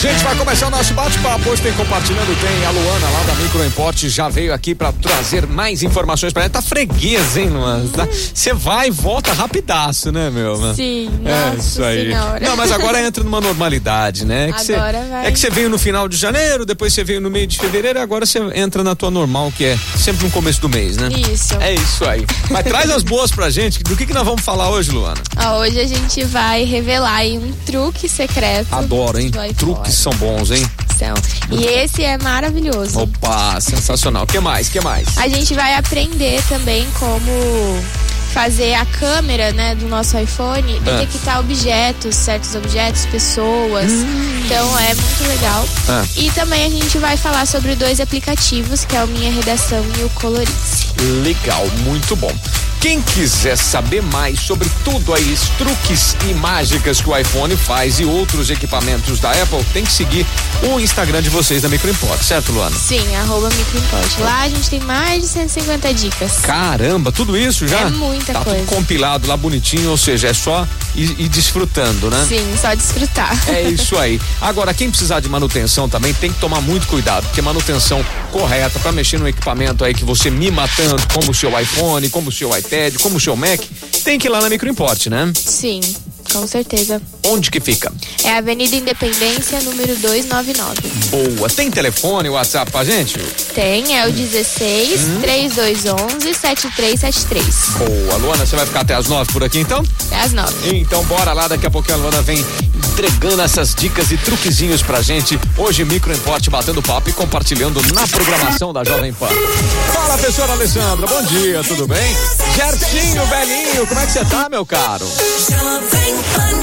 Gente, vai começar o nosso bate-papo. Hoje tem compartilhando, tem a Luana lá da Micro Importe, já veio aqui pra trazer mais informações pra ela. Tá freguesa, hein, Luana? Tá- Você vai e volta rapidaço, né, meu? Sim, É nossa isso aí. senhora. Não, mas agora entra numa normalidade, né? É que você- Agora vai. É que você veio no final de janeiro, depois você veio no meio de fevereiro, agora você entra na tua normal, que é sempre no começo do mês, né? Isso. É isso aí. Mas traz as boas pra gente. Do que, que nós vamos falar hoje, Luana? Ó, hoje a gente vai revelar aí um truque secreto. Adoro, hein? Do iPhone. Truques são bons, hein? São. E esse é maravilhoso. Opa, sensacional. O que mais? O que mais? A gente vai aprender também como fazer a câmera, né, do nosso iPhone Ah. detectar objetos, certos objetos, pessoas. Hum. Então é muito legal. Ah. E também a gente vai falar sobre dois aplicativos, que é o Minha Redação e o Colorice. Legal, muito bom. Quem quiser saber mais sobre tudo aí, os truques e mágicas que o iPhone faz e outros equipamentos da Apple, tem que seguir o Instagram de vocês da Microimport, certo, Luana? Sim, arroba microimporte. Lá a gente tem mais de 150 dicas. Caramba, tudo isso já? É muita tá coisa. tudo compilado lá bonitinho, ou seja, é só ir, ir desfrutando, né? Sim, só desfrutar. É isso aí. Agora, quem precisar de manutenção também tem que tomar muito cuidado, porque manutenção correta pra mexer num equipamento aí que você mima tanto, como o seu iPhone, como o seu iPad, como o seu Mac, tem que ir lá na Microimport, né? Sim, com certeza. Onde que fica? É a Avenida Independência, número 299. Boa. Tem telefone, WhatsApp pra gente? Tem, é o 16 3211 7373. Boa. Luana, você vai ficar até as nove por aqui então? É às 9. Então bora lá, daqui a pouquinho a Luana vem entregando essas dicas e truquezinhos pra gente. Hoje, Micro Importe batendo papo e compartilhando na programação da Jovem Pan. Fala, professora Alessandra, bom dia, tudo bem? Certinho, velhinho, como é que você tá, meu caro? Jovem